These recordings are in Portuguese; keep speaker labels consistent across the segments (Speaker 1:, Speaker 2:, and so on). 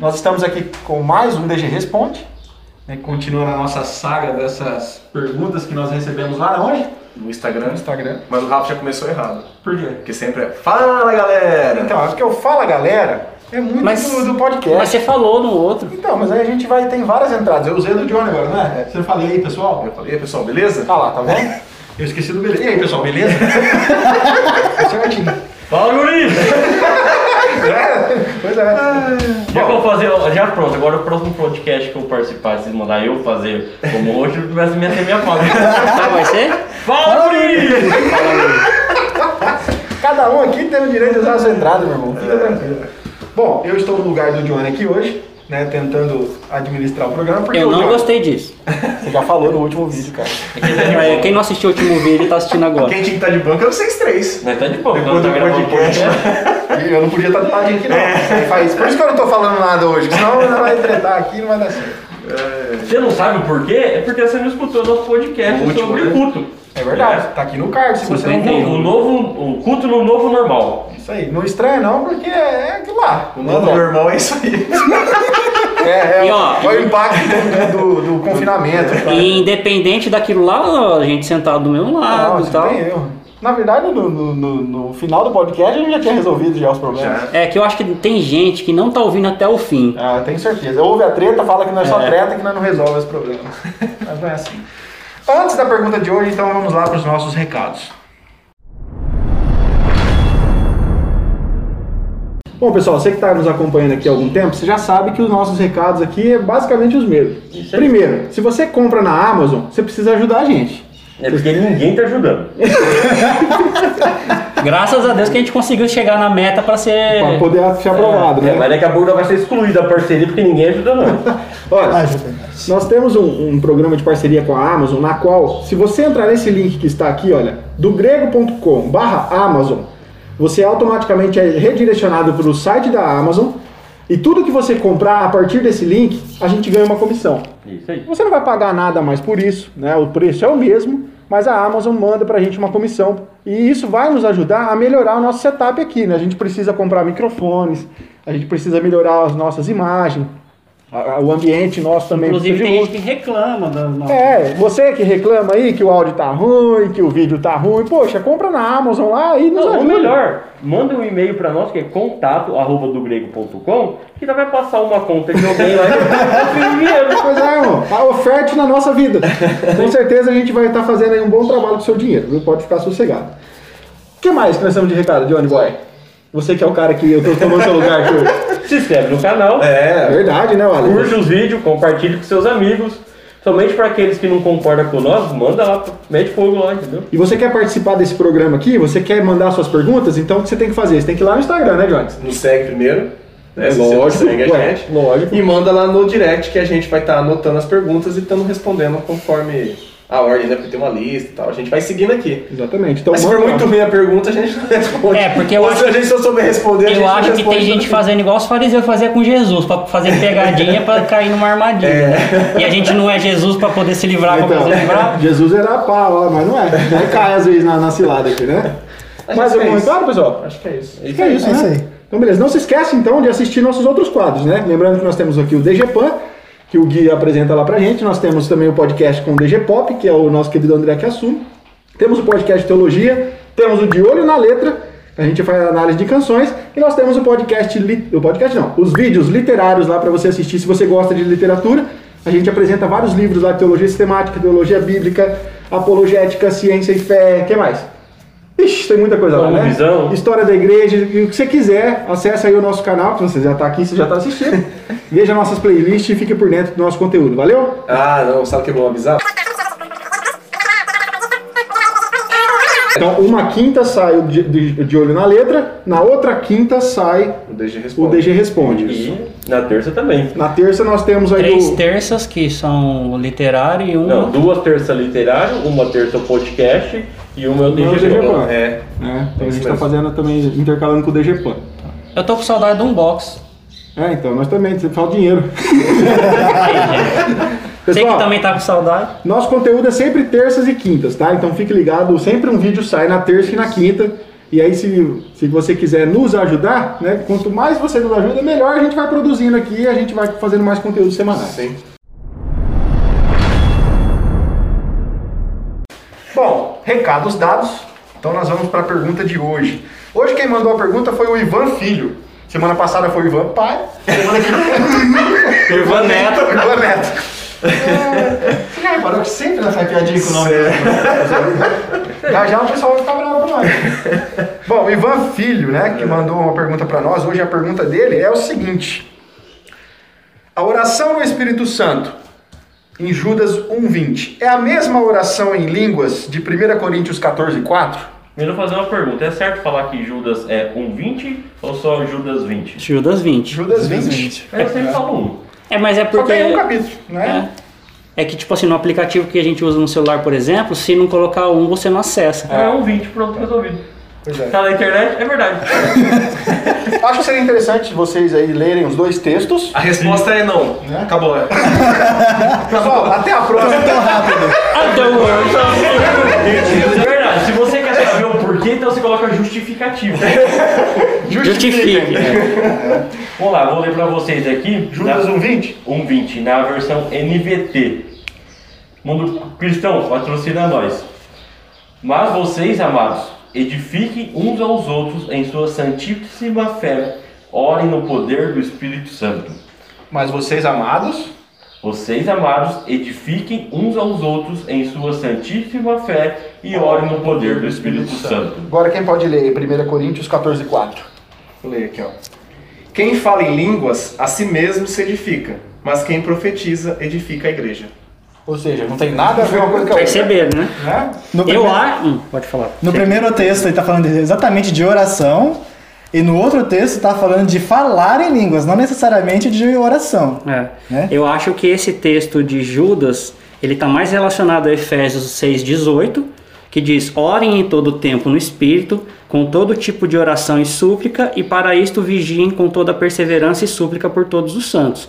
Speaker 1: Nós estamos aqui com mais um DG Responde, né, continuando a nossa saga dessas perguntas que nós recebemos lá né, onde?
Speaker 2: No Instagram.
Speaker 1: No Instagram.
Speaker 2: Mas o Rafa já começou errado.
Speaker 1: Por quê?
Speaker 2: Porque sempre é. Fala galera!
Speaker 1: Então, acho que eu falo, galera, é muito
Speaker 3: Mas-
Speaker 1: do, do podcast.
Speaker 3: Mas você falou no outro.
Speaker 1: Então, mas aí a gente vai, tem várias entradas. Eu usei do Johnny agora, né? Você falei aí, pessoal?
Speaker 2: Eu falei, "E aí, pessoal, beleza?
Speaker 1: Tá lá, tá vendo? Eu esqueci do beleza. E aí, pessoal, beleza? É Certinho.
Speaker 4: Fala, guri!
Speaker 1: Pois é.
Speaker 4: Já que eu vou fazer, ó, já pronto, agora o próximo podcast que eu participar, se vocês mandar eu fazer como hoje, eu começo a meter minha fala.
Speaker 3: Sabe vai ser?
Speaker 4: Fala, guri!
Speaker 1: Cada um aqui tem o direito de usar a sua entrada, meu irmão. Fica tranquilo. Bom, eu estou no lugar do Johnny aqui hoje, né? Tentando administrar o programa. Porque
Speaker 3: Eu
Speaker 1: o
Speaker 3: não
Speaker 1: Johnny-
Speaker 3: gostei disso.
Speaker 1: Você já falou no último vídeo, cara.
Speaker 3: É, Quem não assistiu o último vídeo tá assistindo agora.
Speaker 2: Quem tinha que estar de banco é vocês três.
Speaker 4: Mas tá de boa,
Speaker 2: Depois
Speaker 4: quando tá
Speaker 2: do
Speaker 4: gravando
Speaker 2: podcast.
Speaker 4: podcast.
Speaker 1: E Eu não podia estar do ladinho aqui, não.
Speaker 3: É.
Speaker 1: Você faz- Por isso que eu não tô falando nada hoje, porque senão não vai tretar aqui e não vai dar certo.
Speaker 4: Você não sabe o porquê? É porque você não escutou nosso podcast
Speaker 2: O último,
Speaker 4: sobre
Speaker 2: né?
Speaker 4: culto.
Speaker 1: É verdade, tá aqui no card, se você não
Speaker 3: Cinquenta e
Speaker 1: viu.
Speaker 3: um.
Speaker 4: O novo, o culto no novo normal.
Speaker 1: Isso aí, não estranha não, porque é aquilo lá.
Speaker 2: O nome do meu irmão é isso aí.
Speaker 1: É, é
Speaker 3: E, ó,
Speaker 1: o- é o impacto do, do- do confinamento. tá?
Speaker 3: E independente daquilo lá, a gente sentado do mesmo
Speaker 1: Não,
Speaker 3: lado
Speaker 1: isso
Speaker 3: e tal.
Speaker 1: tem erro. Na verdade, no, no- no- no final do podcast, a gente já tinha resolvido já os problemas.
Speaker 2: Já.
Speaker 3: É que eu acho que tem gente que não tá ouvindo até o fim.
Speaker 1: Ah, eu tenho certeza. Ouve a treta, fala que não é só treta, que nós não resolve os problemas. Mas não é assim. Antes da pergunta de hoje, então vamos lá para os nossos recados. Bom, pessoal, você que está nos acompanhando aqui há algum tempo, você já sabe que os nossos recados aqui é basicamente os mesmos.
Speaker 4: Isso aí.
Speaker 1: Primeiro, se você compra na Amazon, você precisa ajudar a gente.
Speaker 4: É porque ninguém tá ajudando.
Speaker 3: Graças a Deus que a gente conseguiu chegar na meta pra
Speaker 4: É.
Speaker 3: ser.
Speaker 1: Para poder ser aprovado, né?
Speaker 4: mas daqui a pouco vai ser excluída a parceria porque ninguém ajuda não.
Speaker 1: Olha, nós temos um, um programa de parceria com a Amazon, na qual, se você entrar nesse link que está aqui, olha, do grego.com barra Amazon, você automaticamente é redirecionado para o site da Amazon e tudo que você comprar a partir desse link, a gente ganha uma comissão.
Speaker 4: Isso aí.
Speaker 1: Você não vai pagar nada mais por isso, né? O preço é o mesmo, mas a Amazon manda pra gente uma comissão. E isso vai nos ajudar a melhorar o nosso setup aqui, né? A gente precisa comprar microfones, a gente precisa melhorar as nossas imagens, a- a- o ambiente nosso também
Speaker 3: Inclusive
Speaker 1: precisa de
Speaker 3: tem
Speaker 1: luz.
Speaker 3: gente que reclama da nossa.
Speaker 1: É, você que reclama aí que o áudio tá ruim, que o vídeo tá ruim, poxa, compra na Amazon lá e nos
Speaker 4: Não, ou
Speaker 1: ajuda.
Speaker 4: melhor, manda um e-mail pra nós que é contato arroba do grego.com que já vai passar uma conta de alguém lá e vai pedir dinheiro.
Speaker 1: Pois é, irmão, a oferta na nossa vida. Com certeza a gente vai estar fazendo aí um bom trabalho com o seu dinheiro, viu? Pode ficar sossegado. O que mais que nós temos de recado, Johnny Boy? Você que é o cara que eu tô tomando seu lugar aqui hoje.
Speaker 4: Se inscreve no canal,
Speaker 1: É
Speaker 2: É.
Speaker 1: verdade, né, Wallace?
Speaker 4: curte os vídeos, compartilhe com seus amigos. Somente pra aqueles que não concordam com nós, manda lá, mete fogo lá, entendeu?
Speaker 1: E você quer participar desse programa aqui? Você quer mandar suas perguntas? Então o que você tem que fazer? Você tem que ir lá no Instagram, né, Johnny?
Speaker 2: Nos segue primeiro. né? Se você não
Speaker 1: lógico,
Speaker 2: Segue a
Speaker 1: ué,
Speaker 2: gente.
Speaker 1: lógico.
Speaker 2: E manda lá no direct que a gente vai estar anotando as perguntas e estando respondendo conforme a ordem, né? Porque tem uma lista e tal. A gente vai seguindo aqui.
Speaker 1: Exatamente. Então,
Speaker 2: Mas se for
Speaker 1: manda lá.
Speaker 2: muito ruim a pergunta, a gente não responde.
Speaker 3: É, porque eu
Speaker 2: Ou
Speaker 3: acho
Speaker 2: se a gente não souber responder, a gente
Speaker 3: Eu
Speaker 2: não
Speaker 3: acho que tem
Speaker 2: responde então,
Speaker 3: gente fazendo igual os fariseus faziam com Jesus, pra fazer pegadinha pra cair numa armadilha. E a gente não é Jesus pra poder se livrar como
Speaker 1: Então,
Speaker 3: se livrar.
Speaker 1: Jesus era pau, ó, mas não é. Aí cai às vezes na, na cilada aqui, né?
Speaker 2: Acho
Speaker 1: Mais
Speaker 2: que
Speaker 1: algum
Speaker 2: é isso.
Speaker 1: recado, pessoal?
Speaker 2: Acho que é isso.
Speaker 1: Acho que é isso, né? Então, beleza. Não se esquece, então, de assistir nossos outros quadros, né? Lembrando que nós temos aqui o DG Pan, que o Gui apresenta lá pra gente. Nós temos também o podcast com o DG Pop, que é o nosso querido André que assume. Temos o podcast Teologia. Temos o De Olho na Letra, que a gente faz análise de canções. E nós temos o podcast... li- O podcast não. Os vídeos literários lá pra você assistir, se você gosta de literatura. A gente apresenta vários livros lá, Teologia Sistemática, Teologia Bíblica, Apologética, Ciência e Fé, o que mais? Ixi, tem muita coisa lá, né?
Speaker 4: Visão.
Speaker 1: História da igreja, e o que você quiser, acessa aí o nosso canal, que você já tá aqui, você já tá assistindo. Veja nossas playlists e fique por dentro do nosso conteúdo, valeu?
Speaker 2: Ah, não. Sabe o que é bom avisar?
Speaker 1: Então, uma quinta sai o de, de- de olho na letra, na outra quinta sai
Speaker 2: O DG responde.
Speaker 1: o DG Responde.
Speaker 4: E na terça também.
Speaker 1: Na terça nós temos aí
Speaker 3: Três
Speaker 1: o...
Speaker 3: terças que são literário e um- uma.
Speaker 4: Não, duas terças literário, uma terça podcast e uma eu
Speaker 1: Uma
Speaker 4: tenho
Speaker 1: eu tenho
Speaker 4: que
Speaker 1: Pan.
Speaker 2: É.
Speaker 1: né? Então a
Speaker 2: Isso
Speaker 1: gente tá
Speaker 2: mesmo.
Speaker 1: fazendo também, intercalando com o DG Pan.
Speaker 3: Eu tô com saudade um do unbox.
Speaker 1: É, então, nós também, você falta dinheiro.
Speaker 3: Você que
Speaker 1: Pessoal,
Speaker 3: também tá com saudade.
Speaker 1: Nosso conteúdo é sempre terças e quintas, tá? Então fique ligado, sempre um vídeo sai na terça e na quinta. E aí, se, se você quiser nos ajudar, né? Quanto mais você nos ajuda, melhor a gente vai produzindo aqui e a gente vai fazendo mais conteúdo semanal.
Speaker 2: Sim.
Speaker 1: Bom, recados dados. Então nós vamos para a pergunta de hoje. Hoje quem mandou a pergunta foi o Ivan Filho. Semana passada foi o Ivan Pai. Semana que vem.
Speaker 3: Ivan Neto.
Speaker 1: o Ivan Neto. É, Você já reparou que sempre nessa piadinha com o nome dele? Já já o pessoal vai ficar bravo com nós. Bom, o Ivan Filho, né,
Speaker 3: É.
Speaker 1: que mandou uma pergunta para nós. Hoje a pergunta dele é o seguinte: A oração no Espírito Santo em Judas 1:20. É a mesma oração em línguas de 1 Coríntios 14:4?
Speaker 4: Eu vou fazer uma pergunta. É certo falar que Judas é 1,20 ou só Judas 20?
Speaker 3: Judas 20.
Speaker 1: Judas 20.
Speaker 4: Eu sempre falo um.
Speaker 3: É, mas é
Speaker 1: Só
Speaker 3: porque.
Speaker 1: tem um capítulo, né?
Speaker 3: É. É que, tipo assim, no aplicativo que a gente usa no celular, por exemplo, se não colocar um, você não acessa.
Speaker 4: 1. É 1,20, pronto, resolvido.
Speaker 1: Pois é.
Speaker 4: Tá na internet? É verdade.
Speaker 2: É.
Speaker 1: Acho que seria interessante vocês aí lerem os dois textos.
Speaker 2: A resposta é não.
Speaker 1: Né?
Speaker 2: Acabou. é.
Speaker 1: Pessoal, até a próxima.
Speaker 4: É verdade. Se você quer saber o porquê, então você coloca justificativo.
Speaker 3: Justifique.
Speaker 4: Vamos lá, vou ler pra vocês aqui.
Speaker 1: Judas
Speaker 2: um
Speaker 4: Na-
Speaker 1: 1:20.
Speaker 4: 1,20, na versão NVT. Mundo cristão, patrocina nós. Mas vocês, amados, edifiquem uns aos outros em sua santíssima fé. Orem no poder do Espírito Santo.
Speaker 1: Mas vocês amados,
Speaker 4: Vocês, amados, edifiquem uns aos outros em sua santíssima fé e orem no poder do Espírito Santo. Né?
Speaker 1: agora quem pode ler 1 Coríntios 14:4?
Speaker 2: Vou ler aqui, ó. Quem fala em línguas, a si mesmo se edifica, mas quem profetiza, edifica a igreja.
Speaker 1: Ou seja, não tem nada a ver uma coisa com a outra,
Speaker 3: Perceberam, né?
Speaker 1: né?
Speaker 5: No
Speaker 3: Eu
Speaker 5: primeiro-
Speaker 3: acho. Hum, pode falar.
Speaker 5: No primeiro texto ele tá falando exatamente de oração. E no outro texto tá falando de falar em línguas, não necessariamente de oração.
Speaker 3: É.
Speaker 5: Né?
Speaker 3: Eu acho que esse texto de Judas, ele tá mais relacionado a Efésios 6,18, que diz, orem em todo tempo no Espírito, com todo tipo de oração e súplica, e para isto vigiem com toda perseverança e súplica por todos os santos.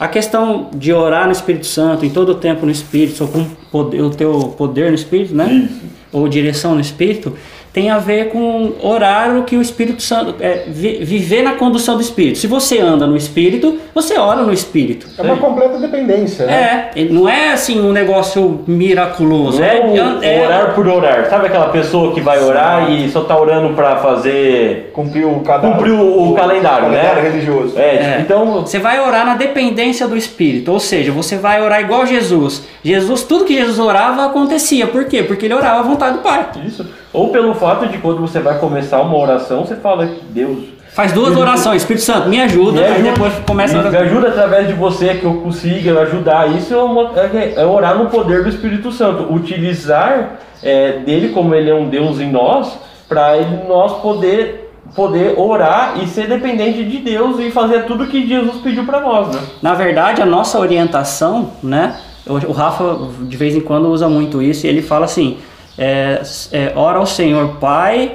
Speaker 3: A questão de orar no Espírito Santo, em todo tempo no Espírito, ou com poder- o teu poder no Espírito, né? Ou direção no Espírito, tem a ver com orar o que o Espírito Santo. É, vi- viver na condução do Espírito. Se você anda no Espírito, você ora no Espírito.
Speaker 1: É uma completa dependência, né?
Speaker 3: É, e não é assim um negócio miraculoso.
Speaker 4: Não é
Speaker 3: É,
Speaker 4: o
Speaker 3: é-
Speaker 4: orar por orar. Sabe aquela pessoa que vai orar e só tá orando pra fazer.
Speaker 1: Cumpriu o cadáver.
Speaker 4: Cumpriu o, calendário, né?
Speaker 1: calendário religioso.
Speaker 4: É,
Speaker 3: É.
Speaker 4: então.
Speaker 3: Você vai orar na dependência do Espírito, ou seja, você vai orar igual Jesus. Jesus, tudo que Jesus orava acontecia. Por quê? Porque ele orava à vontade do Pai.
Speaker 4: Isso. Ou pelo fato de quando você vai começar uma oração, você fala que Deus.
Speaker 3: Faz duas orações, Espírito Santo, me ajuda,
Speaker 4: Me
Speaker 3: aí
Speaker 4: ajuda,
Speaker 3: depois começa a
Speaker 4: me, me
Speaker 3: oração.
Speaker 4: ajuda através de você que eu consiga ajudar. Isso é, uma- é- é orar no poder do Espírito Santo. Utilizar é, dele como ele é um Deus em nós, para nós poder, poder orar e ser dependente de Deus e fazer tudo que Jesus pediu para nós. Né?
Speaker 3: Na verdade, a nossa orientação, né? O o Rafa de vez em quando usa muito isso e ele fala assim: é, é, ora ao Senhor Pai,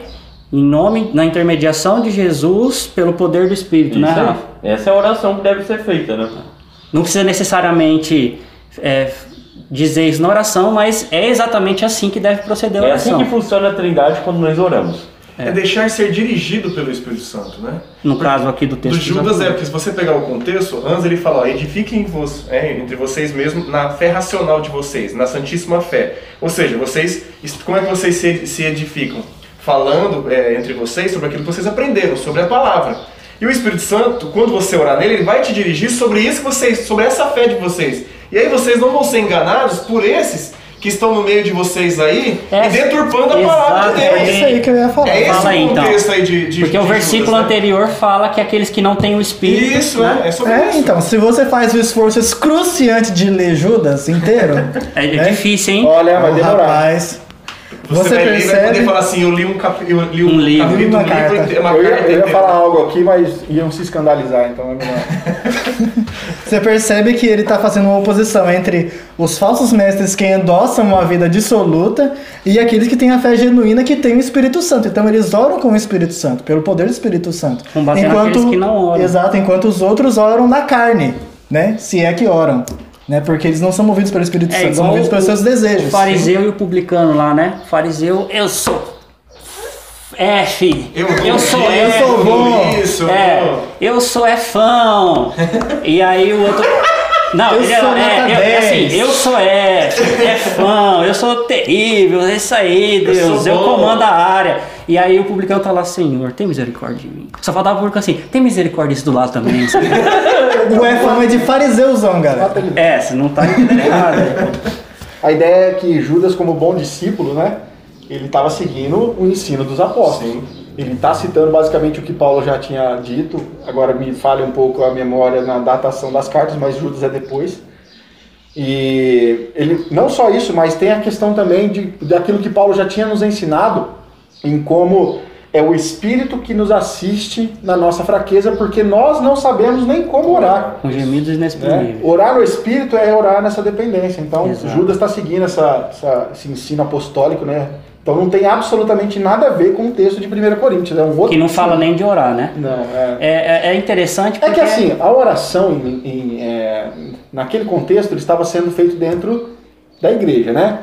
Speaker 3: em nome, na intermediação de Jesus, pelo poder do Espírito,
Speaker 4: Isso
Speaker 3: né,
Speaker 4: aí.
Speaker 3: Rafa?
Speaker 4: Essa é a oração que deve ser feita, né?
Speaker 3: Não precisa necessariamente é, dizer isso na oração, mas é exatamente assim que deve proceder a
Speaker 4: É assim
Speaker 3: oração.
Speaker 4: que funciona a Trindade quando nós oramos.
Speaker 2: É, deixar ser dirigido pelo Espírito Santo, né?
Speaker 3: No caso aqui do texto.
Speaker 2: Do
Speaker 3: de
Speaker 2: Judas é, porque se você pegar o contexto, antes ele fala, ó, edifiquem vos, é, entre vocês mesmos na fé racional de vocês, na santíssima fé. Ou seja, vocês, como é que vocês se, se edificam? Falando é, entre vocês sobre aquilo que vocês aprenderam, sobre a palavra. E o Espírito Santo, quando você orar nele, ele vai te dirigir sobre isso que vocês, sobre essa fé de vocês. E aí vocês não vão ser enganados por esses que estão no meio de vocês aí
Speaker 3: É,
Speaker 2: e deturpando a palavra de
Speaker 3: exatamente.
Speaker 5: É
Speaker 2: Deus.
Speaker 5: isso aí que eu ia falar.
Speaker 2: É esse
Speaker 3: Fala aí,
Speaker 2: o
Speaker 3: então.
Speaker 2: contexto aí de, de
Speaker 3: Porque o
Speaker 2: de
Speaker 3: versículo
Speaker 2: Judas, né?
Speaker 3: anterior fala que aqueles que não têm o Espírito.
Speaker 2: Isso,
Speaker 3: né?
Speaker 2: é, é sobre
Speaker 5: É,
Speaker 2: isso.
Speaker 5: então, se você faz o esforço excruciante de ler Judas inteiro,
Speaker 3: É, é
Speaker 5: né?
Speaker 3: difícil, hein?
Speaker 1: Olha, vai
Speaker 5: o
Speaker 1: demorar.
Speaker 5: rapaz,
Speaker 2: Você,
Speaker 5: Você
Speaker 2: vai ler e vai poder
Speaker 5: percebe-
Speaker 2: falar assim, eu li um, cap... eu li um,
Speaker 3: Um livro.
Speaker 2: capítulo,
Speaker 5: Uma
Speaker 2: um livro,
Speaker 5: carta.
Speaker 2: inte- uma
Speaker 1: Eu ia,
Speaker 2: carta
Speaker 1: eu ia
Speaker 2: inteira.
Speaker 1: falar algo aqui, mas iam se escandalizar, então é melhor.
Speaker 5: você percebe que ele tá fazendo uma oposição entre os falsos mestres que endossam uma vida dissoluta e aqueles que têm a fé genuína que tem o Espírito Santo. Então eles oram com o Espírito Santo, pelo poder do Espírito Santo.
Speaker 3: Combatendo aqueles que não oram.
Speaker 5: Exato, enquanto os outros oram na carne, né? Se é que oram. Né? Porque eles não são movidos pelo Espírito
Speaker 3: É
Speaker 5: Santo, são movidos pelos seus desejos.
Speaker 3: O fariseu e o publicano lá, né? O fariseu, eu sou. É, filho.
Speaker 2: Eu,
Speaker 3: sou
Speaker 2: vi,
Speaker 3: é,
Speaker 5: eu sou bom.
Speaker 2: Isso,
Speaker 3: É,
Speaker 2: eu-
Speaker 3: eu sou é fã. E aí o outro. Não,
Speaker 5: Eu
Speaker 3: ele
Speaker 5: sou
Speaker 3: é,
Speaker 5: nota
Speaker 3: eu, é
Speaker 5: 10.
Speaker 3: assim, eu sou é, é fã, eu sou terrível, é isso aí,
Speaker 2: Eu
Speaker 3: Deus,
Speaker 2: sou
Speaker 3: eu,
Speaker 2: bom.
Speaker 3: comando a área. E aí o publicano tá lá, Senhor, tem misericórdia de mim. Só faltava o público assim, tem misericórdia desse do lado também. sabe?
Speaker 5: O é fama de fariseuzão, galera.
Speaker 3: é, você não tá entendendo nada.
Speaker 1: A ideia é que Judas, como bom discípulo, né? Ele estava seguindo o ensino dos apóstolos.
Speaker 2: Sim.
Speaker 1: Ele está citando basicamente o que Paulo já tinha dito. Agora me falha um pouco a memória na datação das cartas, mas Judas é depois. E ele não só isso, mas tem a questão também de daquilo que Paulo já tinha nos ensinado em como é o Espírito que nos assiste na nossa fraqueza, porque nós não sabemos nem como orar.
Speaker 3: Com
Speaker 5: É.
Speaker 3: gemidos
Speaker 1: Né?
Speaker 3: inexprimíveis.
Speaker 1: Orar no Espírito é orar nessa dependência. Então,
Speaker 3: Exato.
Speaker 1: Judas está seguindo essa, essa- esse ensino apostólico, né? Então, não tem absolutamente nada a ver com o texto de 1 Coríntios. É um outro.
Speaker 3: Que não fala nem de orar, né?
Speaker 1: Não, é.
Speaker 3: É, é- é interessante
Speaker 1: É
Speaker 3: porque.
Speaker 1: que assim, a oração, em- em, é, naquele contexto, ele estava sendo feito dentro da igreja, né?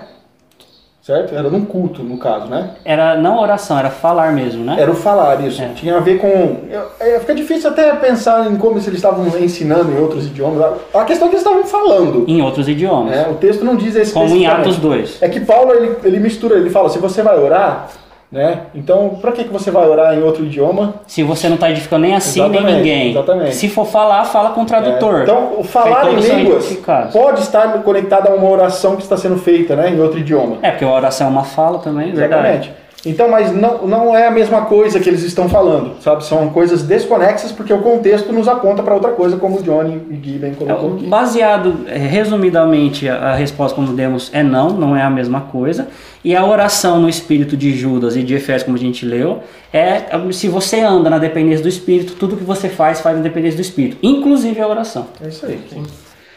Speaker 1: Certo? Era num culto, no caso, né?
Speaker 3: Era não oração, era falar mesmo, né?
Speaker 1: Era o falar, isso.
Speaker 3: É.
Speaker 1: Tinha a ver com. eu- é, fica difícil até pensar em como se eles estavam ensinando em outros idiomas. A a questão é que eles estavam falando.
Speaker 3: Em outros idiomas.
Speaker 1: É, o texto não diz esse
Speaker 3: Como em Atos 2.
Speaker 1: É que Paulo ele, ele mistura, ele fala: se você vai orar, né? Então, pra que, que você vai orar em outro idioma?
Speaker 3: Se você não está edificando nem assim, nem
Speaker 1: Exatamente,
Speaker 3: ninguém.
Speaker 1: exatamente.
Speaker 3: Se for falar, fala com o
Speaker 1: É,
Speaker 3: tradutor.
Speaker 1: Então, o falar em
Speaker 3: Todos são
Speaker 1: línguas
Speaker 3: identificados.
Speaker 1: pode estar conectado a uma oração que está sendo feita, né? Em outro idioma.
Speaker 3: É, porque a oração é uma fala também, é verdade.
Speaker 1: Exatamente. Então, mas não, não é a mesma coisa que eles estão falando, sabe? São coisas desconexas porque o contexto nos aponta pra outra coisa, como o Johnny e Gui
Speaker 3: É,
Speaker 1: bem colocou aqui.
Speaker 3: Baseado, eh, resumidamente, a a resposta como demos é não, não é a mesma coisa. E a oração no espírito de Judas e de Efésios, como a gente leu, é ah, se você anda na dependência do espírito, tudo que você faz, faz na dependência do espírito, inclusive a oração.
Speaker 1: É isso aí.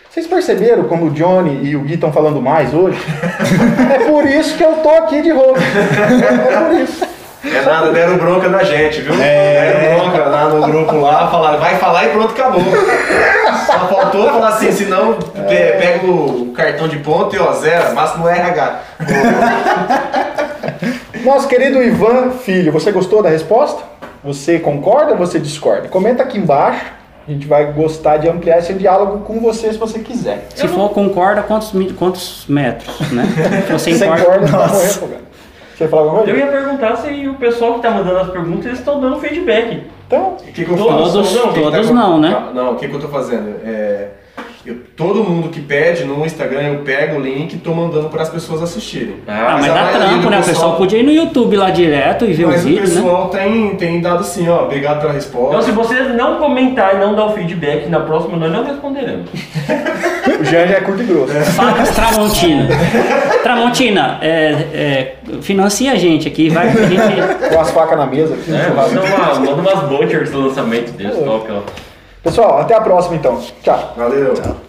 Speaker 1: Vocês perceberam como o Johnny e o Gui estão falando mais hoje? é por isso que eu tô aqui de roupa. É por isso.
Speaker 2: É nada, deram bronca na gente, viu?
Speaker 1: É.
Speaker 2: Deram bronca lá no grupo lá, falaram, vai falar e pronto, acabou. Só faltou falar assim, senão pe- pega o cartão de ponto e ó, zero, máximo RH.
Speaker 1: Nosso querido Ivan Filho, você gostou da resposta? Você concorda ou você discorda? Comenta aqui embaixo. A gente vai gostar de ampliar esse diálogo com você se você quiser.
Speaker 3: Se for concorda, quantos, mi- quantos metros, né? Se você
Speaker 1: Sem
Speaker 3: encorda-
Speaker 1: corda, tá
Speaker 5: Nossa.
Speaker 1: morrendo, afogado. Você ia falar alguma
Speaker 4: Eu
Speaker 1: coisa?
Speaker 4: ia perguntar se o pessoal que tá mandando as perguntas, eles estão dando feedback.
Speaker 1: Então,
Speaker 2: O que que eu
Speaker 3: Todos-
Speaker 2: faço? O que que
Speaker 3: todos
Speaker 2: acon-
Speaker 3: não, né?
Speaker 2: Não, Não, o que, que eu tô fazendo? É, eu- todo mundo que pede no Instagram, eu pego o link e tô mandando para as pessoas assistirem.
Speaker 3: Ah, mas
Speaker 2: a
Speaker 3: dá
Speaker 2: maioria
Speaker 3: trampo,
Speaker 2: do
Speaker 3: né? O pessoal podia ir no YouTube lá direto e ver o
Speaker 2: Mas o
Speaker 3: vídeo, né?
Speaker 2: pessoal tem, tem dado assim, ó, obrigado pela
Speaker 4: Então, se
Speaker 2: resposta.
Speaker 4: vocês não comentar e não dar o feedback, na próxima nós não responderemos.
Speaker 1: o Jean já é curto e grosso.
Speaker 3: Facas Tramontina. Tramontina, é, é, financia a gente aqui, vai que a gente.
Speaker 1: Com as facas na mesa. Aqui,
Speaker 4: É,
Speaker 1: enxurrado.
Speaker 4: manda, uma, É. manda umas butchers do lançamento deles, top, ó.
Speaker 1: Pessoal, até a próxima então. Tchau.
Speaker 2: Valeu.